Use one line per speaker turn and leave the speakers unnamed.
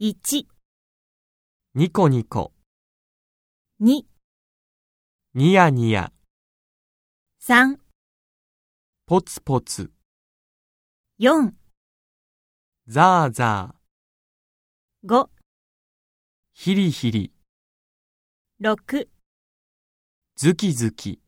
1、
ニコニコ、
2、
ニヤニヤ、
3、
ポツポツ、
4、
ザーザー、
5、
ヒリヒリ、
6。
ズキズキ。